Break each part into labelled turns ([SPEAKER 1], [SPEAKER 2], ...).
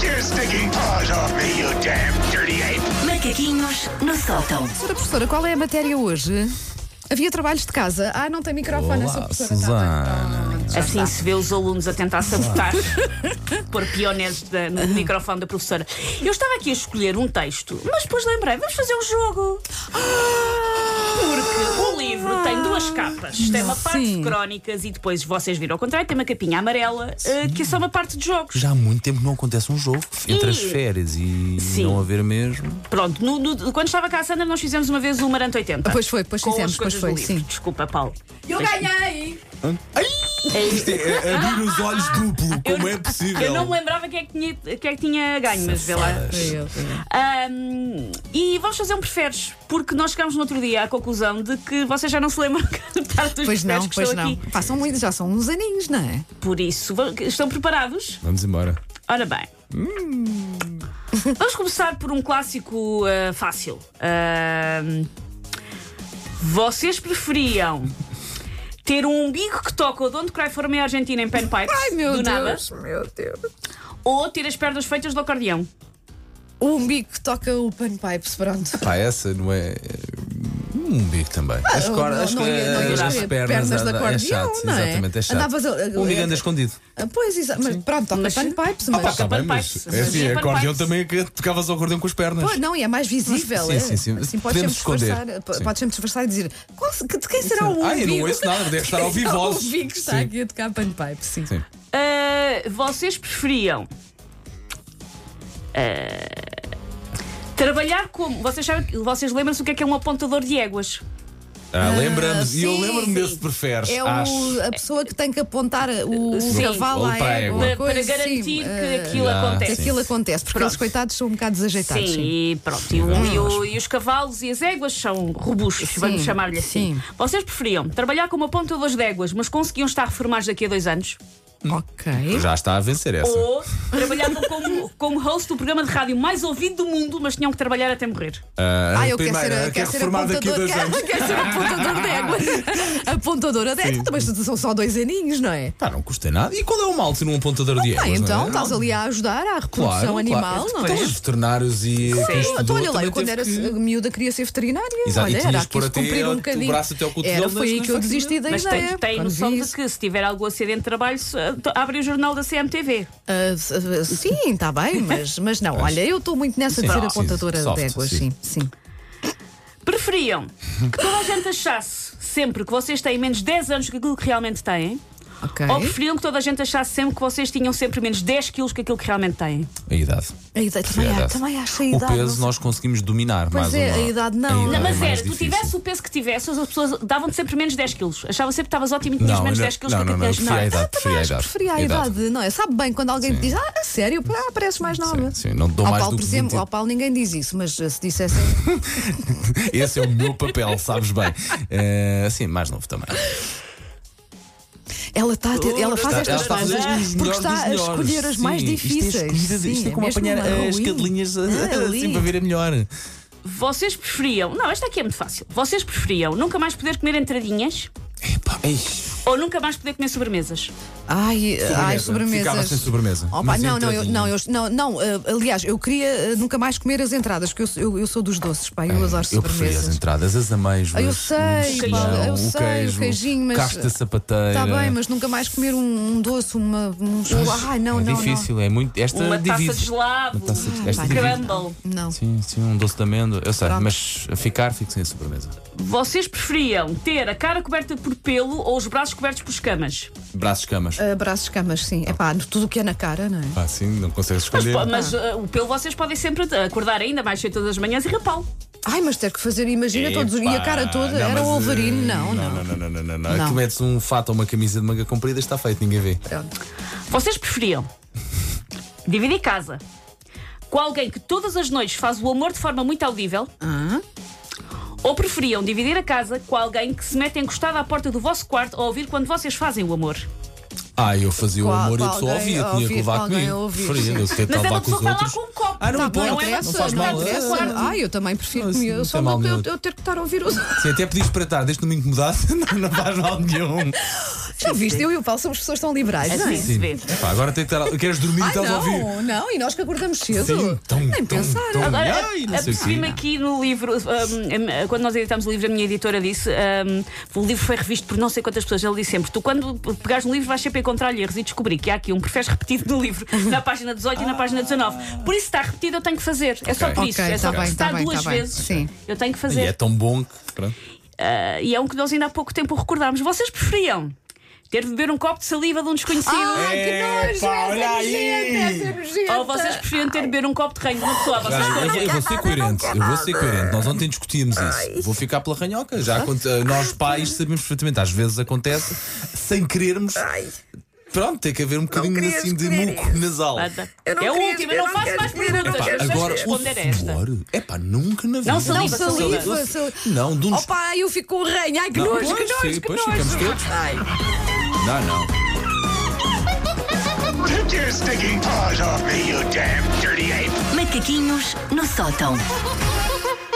[SPEAKER 1] Taking paws off me, you damn dirty ape!
[SPEAKER 2] Macaquinhos no sótão.
[SPEAKER 3] Senhora professora, qual é a matéria hoje? Havia trabalhos de casa. Ah, não tem microfone, essa professora. Tá
[SPEAKER 4] Susana.
[SPEAKER 3] bem, então, já
[SPEAKER 5] Assim se vê os alunos a tentar sabotar por pioneses da- no microfone da professora. Eu estava aqui a escolher um texto, mas depois lembrei, vamos fazer um jogo. Porque o livro tem duas capas. Tem uma parte
[SPEAKER 3] Sim.
[SPEAKER 5] de crónicas e depois vocês viram ao contrário, tem uma capinha amarela, eh, que é só uma parte de jogos.
[SPEAKER 4] Já há muito tempo não acontece um jogo entre as férias e
[SPEAKER 5] Sim.
[SPEAKER 4] não haver mesmo.
[SPEAKER 5] Pronto, no- no- quando estava cá a Sandra, nós fizemos uma vez o Marante 80.
[SPEAKER 3] Pois foi, pois
[SPEAKER 5] com as
[SPEAKER 3] fizemos, pois
[SPEAKER 5] coisas
[SPEAKER 3] foi,
[SPEAKER 5] do livro.
[SPEAKER 3] sim.
[SPEAKER 5] Desculpa, Paulo.
[SPEAKER 3] Eu ganhei!
[SPEAKER 4] Isto é, é abrir os olhos duplo, como é possível?
[SPEAKER 5] Eu não me lembrava quem é que tinha, quem é que tinha ganho, mas vê lá. Ahm, e vamos fazer um preferes, porque nós chegámos no outro dia à conclusão de que vocês já não se lembram de parte dos
[SPEAKER 3] Pois
[SPEAKER 5] preferes
[SPEAKER 3] não,
[SPEAKER 5] que
[SPEAKER 3] pois
[SPEAKER 5] estão
[SPEAKER 3] não.
[SPEAKER 5] aqui.
[SPEAKER 3] Façam muito, já são uns aninhos, não é?
[SPEAKER 5] Por isso, va- estão preparados?
[SPEAKER 4] Vamos embora.
[SPEAKER 5] Ora bem.
[SPEAKER 3] Hum.
[SPEAKER 5] Vamos começar por um clássico ah, fácil. Ahm, vocês preferiam ter um umbigo que toca o Don't Cry For Me Argentina em panpipes
[SPEAKER 3] Ai, meu
[SPEAKER 5] do nada
[SPEAKER 3] Deus, meu Deus.
[SPEAKER 5] ou ter as pernas feitas do acordeão?
[SPEAKER 3] O umbigo que toca o panpipes, pronto.
[SPEAKER 4] Pá, essa não é. é, Um bico também. As,
[SPEAKER 3] Ah, não-
[SPEAKER 4] cordas, as,
[SPEAKER 3] não ia- não ia
[SPEAKER 4] as
[SPEAKER 3] escrever.
[SPEAKER 4] pernas,
[SPEAKER 3] Pernas de
[SPEAKER 4] anda- é
[SPEAKER 3] acordeão,
[SPEAKER 4] chato,
[SPEAKER 3] não é?
[SPEAKER 4] exatamente, é chato.
[SPEAKER 3] Andavas a-
[SPEAKER 4] um bico anda escondido.
[SPEAKER 3] Ah, Pois, exa- mas pronto, toca
[SPEAKER 5] Mas-
[SPEAKER 3] panpipes,
[SPEAKER 4] Ah,
[SPEAKER 3] mas.
[SPEAKER 4] pá, tá bem,
[SPEAKER 5] panpipes.
[SPEAKER 4] mas é assim,
[SPEAKER 5] Sim,
[SPEAKER 4] é acordeão
[SPEAKER 5] panpipes.
[SPEAKER 4] também é que tocavas ao acordeão com as pernas.
[SPEAKER 3] Pô, não, e é mais visível,
[SPEAKER 4] Sim,
[SPEAKER 3] é?
[SPEAKER 4] sim, sim.
[SPEAKER 3] Assim, podes
[SPEAKER 4] Podemos
[SPEAKER 3] sempre disfarçar,
[SPEAKER 4] esconder.
[SPEAKER 3] po-
[SPEAKER 4] Sim.
[SPEAKER 3] podes sempre disfarçar e dizer "Qual se- de quem será o umbigo?
[SPEAKER 4] Ah, eu não ouço nada, deve estar ao
[SPEAKER 3] Quem será
[SPEAKER 4] vivo.
[SPEAKER 3] O umbigo que está
[SPEAKER 4] Sim.
[SPEAKER 3] aqui a tocar panpipes, sim.
[SPEAKER 4] Sim.
[SPEAKER 5] Uh, vocês preferiam uh, trabalhar como. Vocês, sabem- vocês lembram-se o que é, que é um apontador de éguas?
[SPEAKER 4] Ah, lembramos, e eu
[SPEAKER 3] sim,
[SPEAKER 4] lembro-me
[SPEAKER 3] sim.
[SPEAKER 4] desse preferes.
[SPEAKER 3] É
[SPEAKER 4] acho.
[SPEAKER 3] o, a pessoa que tem que apontar o
[SPEAKER 5] Sim.
[SPEAKER 3] cavalo
[SPEAKER 4] Ou
[SPEAKER 3] à
[SPEAKER 4] para a
[SPEAKER 3] égua.
[SPEAKER 4] égua.
[SPEAKER 5] Para,
[SPEAKER 3] coisa,
[SPEAKER 5] para garantir
[SPEAKER 3] sim,
[SPEAKER 5] que
[SPEAKER 3] eh,
[SPEAKER 5] aquilo
[SPEAKER 4] Ah,
[SPEAKER 3] que
[SPEAKER 5] acontece.
[SPEAKER 4] sim.
[SPEAKER 3] aquilo acontece, porque
[SPEAKER 5] Pronto.
[SPEAKER 3] eles coitados são um bocado
[SPEAKER 5] Sim,
[SPEAKER 3] desajeitados. sim.
[SPEAKER 5] e pronto. E, o-
[SPEAKER 4] vamos
[SPEAKER 5] e o- e os cavalos e as éguas são robustos,
[SPEAKER 3] Sim,
[SPEAKER 5] vamos chamar-lhe assim.
[SPEAKER 3] sim.
[SPEAKER 5] Vocês preferiam trabalhar como apontadores de éguas, mas conseguiam estar reformados daqui a dois anos?
[SPEAKER 3] Ok.
[SPEAKER 4] Hum. Já está a vencer essa.
[SPEAKER 3] Oh.
[SPEAKER 5] Ou trabalhavam como, como host do programa de rádio mais ouvido do mundo, mas tinham que trabalhar até morrer?
[SPEAKER 4] Ah,
[SPEAKER 3] Ah, eu quero
[SPEAKER 4] primeira,
[SPEAKER 3] ser,
[SPEAKER 4] que é
[SPEAKER 3] quero ser
[SPEAKER 4] reformada daqui a
[SPEAKER 3] apontador.
[SPEAKER 4] dois anos.
[SPEAKER 3] Quero ser apontador de égua. Apontadora de égua. Mas são só dois aninhos, não é?
[SPEAKER 4] Pá, não custa nada. E qual é o mal de ser um apontador
[SPEAKER 3] Ah,
[SPEAKER 4] de ervas,
[SPEAKER 3] então
[SPEAKER 4] não é?
[SPEAKER 3] estás ali a ajudar à reprodução
[SPEAKER 4] Claro,
[SPEAKER 3] animal,
[SPEAKER 4] claro.
[SPEAKER 3] não
[SPEAKER 4] Então,
[SPEAKER 3] é?
[SPEAKER 4] os veterinários e. quem
[SPEAKER 3] Então,
[SPEAKER 4] estudou
[SPEAKER 3] olha lá,
[SPEAKER 4] também
[SPEAKER 3] eu quando
[SPEAKER 4] teve
[SPEAKER 3] era
[SPEAKER 4] que-
[SPEAKER 3] miúda queria ser veterinária.
[SPEAKER 4] Exato, e
[SPEAKER 3] olha,
[SPEAKER 4] tinhas
[SPEAKER 3] era
[SPEAKER 4] de pôr
[SPEAKER 3] aqui
[SPEAKER 4] até
[SPEAKER 3] cumprir
[SPEAKER 4] o-
[SPEAKER 3] um
[SPEAKER 4] o
[SPEAKER 3] bocadinho.
[SPEAKER 4] braço até o cotovelo é
[SPEAKER 3] era,
[SPEAKER 4] nas-
[SPEAKER 3] foi aí
[SPEAKER 4] nas
[SPEAKER 3] que eu desisti da
[SPEAKER 5] Mas
[SPEAKER 3] ideia.
[SPEAKER 5] tem, tem
[SPEAKER 3] Quando
[SPEAKER 5] noção
[SPEAKER 3] vi
[SPEAKER 5] de
[SPEAKER 3] isso.
[SPEAKER 5] que se tiver algum acidente de trabalho, se- to- abre o jornal da CMTV.
[SPEAKER 3] Ah, s- ah, sim, está bem, mas, mas não. Olha, eu estou muito nessa de
[SPEAKER 4] Sim,
[SPEAKER 3] ser
[SPEAKER 4] sim,
[SPEAKER 3] apontadora
[SPEAKER 4] soft,
[SPEAKER 3] de éguas,
[SPEAKER 4] sim.
[SPEAKER 3] sim. sim.
[SPEAKER 5] Preferiam que toda a gente achasse sempre que vocês têm menos 10 anos que aquilo que realmente têm?
[SPEAKER 3] Ok.
[SPEAKER 4] Ah, é?
[SPEAKER 5] Ou
[SPEAKER 4] Oh,
[SPEAKER 5] preferiam que toda a gente achasse sempre que vocês tinham sempre menos 10 quilos que aquilo que realmente têm?
[SPEAKER 4] A idade.
[SPEAKER 3] A idade, também,
[SPEAKER 4] a
[SPEAKER 3] há-
[SPEAKER 4] idade.
[SPEAKER 3] também acho a
[SPEAKER 4] O
[SPEAKER 3] idade.
[SPEAKER 4] peso
[SPEAKER 3] não
[SPEAKER 4] nós conseguimos dominar
[SPEAKER 3] Pois
[SPEAKER 4] mais
[SPEAKER 3] é,
[SPEAKER 4] ou
[SPEAKER 3] a
[SPEAKER 4] menos.
[SPEAKER 3] idade não.
[SPEAKER 4] idade
[SPEAKER 3] Não,
[SPEAKER 5] mas
[SPEAKER 4] é mais
[SPEAKER 5] era, tu
[SPEAKER 4] difícil.
[SPEAKER 5] tivesse o peso que tivesse, as pessoas davam-te sempre menos 10 quilos. Achavam sempre que estavas ótimo e tinhas
[SPEAKER 4] Não,
[SPEAKER 5] menos
[SPEAKER 4] eu
[SPEAKER 5] 10 quilos
[SPEAKER 4] não,
[SPEAKER 5] que
[SPEAKER 4] não, não,
[SPEAKER 5] aquilo
[SPEAKER 4] eu
[SPEAKER 5] que
[SPEAKER 4] preferia a
[SPEAKER 3] sei, mas
[SPEAKER 4] idade. Preferia é a
[SPEAKER 5] tens.
[SPEAKER 4] idade.
[SPEAKER 3] preferia a idade. não é? Sabe bem quando alguém te diz, ah, a sério, ah, parece mais nova.
[SPEAKER 4] sim, não dou
[SPEAKER 3] ao
[SPEAKER 4] mais
[SPEAKER 3] Paulo,
[SPEAKER 4] do
[SPEAKER 3] por
[SPEAKER 4] que
[SPEAKER 3] exemplo,
[SPEAKER 4] 20.
[SPEAKER 3] ao Paulo ninguém diz isso, mas eh, se dissesse.
[SPEAKER 4] Esse é o meu papel, sabes bem. Eh, sim, mais novo também.
[SPEAKER 3] Ela, tá a ter- ela faz
[SPEAKER 4] Está-
[SPEAKER 3] estas
[SPEAKER 4] ela está a fazer
[SPEAKER 3] coisas
[SPEAKER 4] os melhores
[SPEAKER 3] porque está
[SPEAKER 4] dos
[SPEAKER 3] a
[SPEAKER 4] melhores.
[SPEAKER 3] escolher as
[SPEAKER 4] Sim,
[SPEAKER 3] mais
[SPEAKER 4] isto é
[SPEAKER 3] difíceis.
[SPEAKER 4] escolhida-
[SPEAKER 3] Sim,
[SPEAKER 4] Isto é como
[SPEAKER 3] mesmo
[SPEAKER 4] apanhar
[SPEAKER 3] uma ruim.
[SPEAKER 4] as cadelinhas
[SPEAKER 3] ali.
[SPEAKER 4] assim para ver a melhor.
[SPEAKER 5] Vocês preferiam. Não, esta aqui é muito fácil. Vocês preferiam nunca mais poder comer entradinhas
[SPEAKER 4] Epá, ei,
[SPEAKER 5] ou nunca mais poder comer sobremesas?
[SPEAKER 3] Ai, ai, sobremesas.
[SPEAKER 4] Ficava sem sobremesa.
[SPEAKER 3] Opa,
[SPEAKER 4] Mas
[SPEAKER 3] não, não, eu,
[SPEAKER 4] entradinha.
[SPEAKER 3] não, eu- não, não, eh, aliás, eu queria eh, nunca mais comer as entradas, porque eu, sou- eu, eu sou dos doces, pá, eu adoro
[SPEAKER 4] É, Eu preferia as
[SPEAKER 3] sobremesas.
[SPEAKER 4] entradas, as ameijoas.
[SPEAKER 3] Ah, eu sei,
[SPEAKER 4] o
[SPEAKER 5] Paulo,
[SPEAKER 4] feijão,
[SPEAKER 3] eu
[SPEAKER 4] o
[SPEAKER 3] sei, o
[SPEAKER 4] queijo,
[SPEAKER 3] queijinho, mas-
[SPEAKER 4] Casta sapateira.
[SPEAKER 3] Está Tá bem, mas nunca mais comer um, um doce, uma, um churro. Ai, não,
[SPEAKER 4] é
[SPEAKER 3] não,
[SPEAKER 4] difícil, é muito. Esta
[SPEAKER 5] Uma
[SPEAKER 4] divide.
[SPEAKER 5] taça de gelado,
[SPEAKER 4] Uma taça de- esta
[SPEAKER 5] um
[SPEAKER 4] divide.
[SPEAKER 5] crumble.
[SPEAKER 3] não. Não.
[SPEAKER 4] Sim, sim, um doce de amêndoa. Eu sei,
[SPEAKER 3] Pronto.
[SPEAKER 4] mas a ficar, fico sem a sobremesa.
[SPEAKER 5] Vocês preferiam ter a cara coberta por pelo ou os braços cobertos por escamas?
[SPEAKER 4] Braços, camas.
[SPEAKER 3] Ah, braços, camas, sim. É pá, tudo o que é na cara, não é?
[SPEAKER 4] Pá, sim, não consegues
[SPEAKER 5] Mas,
[SPEAKER 4] esconder.
[SPEAKER 5] po- mas, ah, o pelo vocês podem sempre acordar ainda mais cedo todas as manhãs e rapá-lo.
[SPEAKER 3] Ai, mas ter que fazer, imagina todos. E a
[SPEAKER 4] Epá,
[SPEAKER 3] cara toda era
[SPEAKER 4] É, mas,
[SPEAKER 3] o Wolverine,
[SPEAKER 4] eh,
[SPEAKER 3] não, não.
[SPEAKER 4] Não, não, não, não, não, não.
[SPEAKER 3] Não. É.
[SPEAKER 4] Tu metes um fato ou uma camisa de manga comprida, está feito, ninguém vê.
[SPEAKER 3] Pronto.
[SPEAKER 5] Vocês preferiam dividir casa com alguém que todas as noites faz o amor de forma muito audível? Ou preferiam dividir a casa com alguém que se mete encostado à porta do vosso quarto a ouvir quando vocês fazem o amor?
[SPEAKER 4] Ah, eu fazia o
[SPEAKER 3] Qual-
[SPEAKER 4] amor e a
[SPEAKER 3] qual
[SPEAKER 4] pessoa
[SPEAKER 3] alguém
[SPEAKER 4] ouvia,
[SPEAKER 3] a
[SPEAKER 4] tinha que
[SPEAKER 3] ouvir,
[SPEAKER 4] levar
[SPEAKER 3] alguém a
[SPEAKER 4] comigo.
[SPEAKER 3] ouvir,
[SPEAKER 4] Preferia,
[SPEAKER 3] sim.
[SPEAKER 4] eu tentava
[SPEAKER 5] Mas é
[SPEAKER 4] levar
[SPEAKER 5] uma
[SPEAKER 4] Tá com os
[SPEAKER 5] pessoa que vai lá
[SPEAKER 4] outros.
[SPEAKER 5] com um copo.
[SPEAKER 4] Ah, não
[SPEAKER 5] Tá
[SPEAKER 4] importa,
[SPEAKER 5] bem, não é uma
[SPEAKER 4] não
[SPEAKER 5] pessoa
[SPEAKER 4] faz
[SPEAKER 5] que
[SPEAKER 4] mal,
[SPEAKER 5] vai
[SPEAKER 4] é.
[SPEAKER 5] para o quarto.
[SPEAKER 3] Ah, eu também prefiro
[SPEAKER 4] Não,
[SPEAKER 3] comer.
[SPEAKER 4] assim,
[SPEAKER 3] Eu só
[SPEAKER 4] tem mal
[SPEAKER 3] não eu,
[SPEAKER 4] nenhum.
[SPEAKER 3] eu ter que estar a ouvir os.
[SPEAKER 4] Sim, até podias espreitar, desde que não me incomodasse, não, não faz mal nenhum.
[SPEAKER 3] Já viste, eu e o Paulo somos pessoas tão liberais, não é?
[SPEAKER 5] Assim. Se vê.
[SPEAKER 4] Epá, agora tem que estar. Queres dormir e
[SPEAKER 3] Ah,
[SPEAKER 4] estás a ouvir?
[SPEAKER 3] não, não, e nós que acordamos cedo.
[SPEAKER 4] Sim, tão,
[SPEAKER 3] Nem
[SPEAKER 4] tão,
[SPEAKER 3] pensar.
[SPEAKER 4] tão-
[SPEAKER 5] Agora,
[SPEAKER 4] Ai, não sei o quê.
[SPEAKER 5] apercebi-me aqui no livro, um, um, quando nós editámos o livro, a minha editora disse: um, o livro foi revisto por não sei quantas pessoas. Ele disse sempre: tu, quando pegares no livro, vais sempre encontrar erros. E descobri que há aqui um prefesso repetido no livro, na página 18 e na página 19. Por isso está repetido, eu tenho que fazer. É só
[SPEAKER 4] Ok.
[SPEAKER 5] por isso.
[SPEAKER 3] Ok,
[SPEAKER 5] é só
[SPEAKER 3] tá
[SPEAKER 5] porque
[SPEAKER 3] bem,
[SPEAKER 5] está
[SPEAKER 3] tá bem,
[SPEAKER 5] duas
[SPEAKER 3] tá bem.
[SPEAKER 5] vezes.
[SPEAKER 3] Sim.
[SPEAKER 5] Eu tenho que
[SPEAKER 4] E
[SPEAKER 5] fazer.
[SPEAKER 4] é tão bom que. Pronto.
[SPEAKER 5] Ah, e é um que nós ainda há pouco tempo recordámos. Vocês preferiam ter de beber um copo de saliva de um desconhecido?
[SPEAKER 4] Ah,
[SPEAKER 3] Ai, que nojo!
[SPEAKER 4] Epá, olha
[SPEAKER 3] essa
[SPEAKER 4] aí.
[SPEAKER 3] nojenta, essa
[SPEAKER 4] é.
[SPEAKER 3] nojenta.
[SPEAKER 5] Ou Oh, vocês preferiam ter de beber um copo de ranho de uma pessoa? Vocês
[SPEAKER 4] Ah, eu, vou- eu vou ser coerente, eu vou ser coerente. Nós ontem discutíamos isso. Vou ficar pela ranhoca. Já aconte- eh, nós pais sabemos perfeitamente, às vezes acontece sem querermos. Pronto, tem que haver um bocadinho
[SPEAKER 6] querias
[SPEAKER 4] assim de
[SPEAKER 6] querer
[SPEAKER 4] muco nasal.
[SPEAKER 5] Nada.
[SPEAKER 6] Eu não
[SPEAKER 5] é o
[SPEAKER 6] queria
[SPEAKER 5] último,
[SPEAKER 6] ver,
[SPEAKER 5] eu não
[SPEAKER 6] não
[SPEAKER 5] faço
[SPEAKER 6] quero
[SPEAKER 5] mais
[SPEAKER 6] ver,
[SPEAKER 5] perguntas.
[SPEAKER 6] não
[SPEAKER 4] Pá,
[SPEAKER 6] quero
[SPEAKER 5] Mas
[SPEAKER 4] agora
[SPEAKER 5] tens de
[SPEAKER 4] o
[SPEAKER 5] responder a esta.
[SPEAKER 4] suor. Epá, nunca na vida.
[SPEAKER 5] saliva,
[SPEAKER 3] Não,
[SPEAKER 5] Saliva,
[SPEAKER 3] saliva, saliva.
[SPEAKER 4] Não, de um
[SPEAKER 3] Oh pá, eu fico com ranho. Ai, que
[SPEAKER 4] Não,
[SPEAKER 3] nojo, que
[SPEAKER 4] pois,
[SPEAKER 3] nojo, que
[SPEAKER 4] sim, pois
[SPEAKER 3] nojo.
[SPEAKER 4] ficamos todos. Não, não.
[SPEAKER 1] Take your stinking paws off me, you damn dirty ape!
[SPEAKER 2] Macaquinhos no sótão.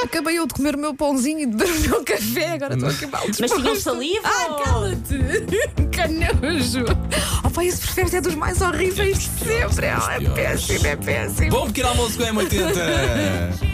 [SPEAKER 3] Acabei eu de comer o meu pãozinho e de beber o meu café. Agora estou aqui mal
[SPEAKER 5] Mas
[SPEAKER 3] disposta.
[SPEAKER 5] tinham saliva?
[SPEAKER 3] Ah, cala-te. Que nojo. Oh pá, esse prefere é dos mais horríveis de sempre. Ah, É péssimo, é péssimo.
[SPEAKER 4] Bom pequeno almoço com a M80.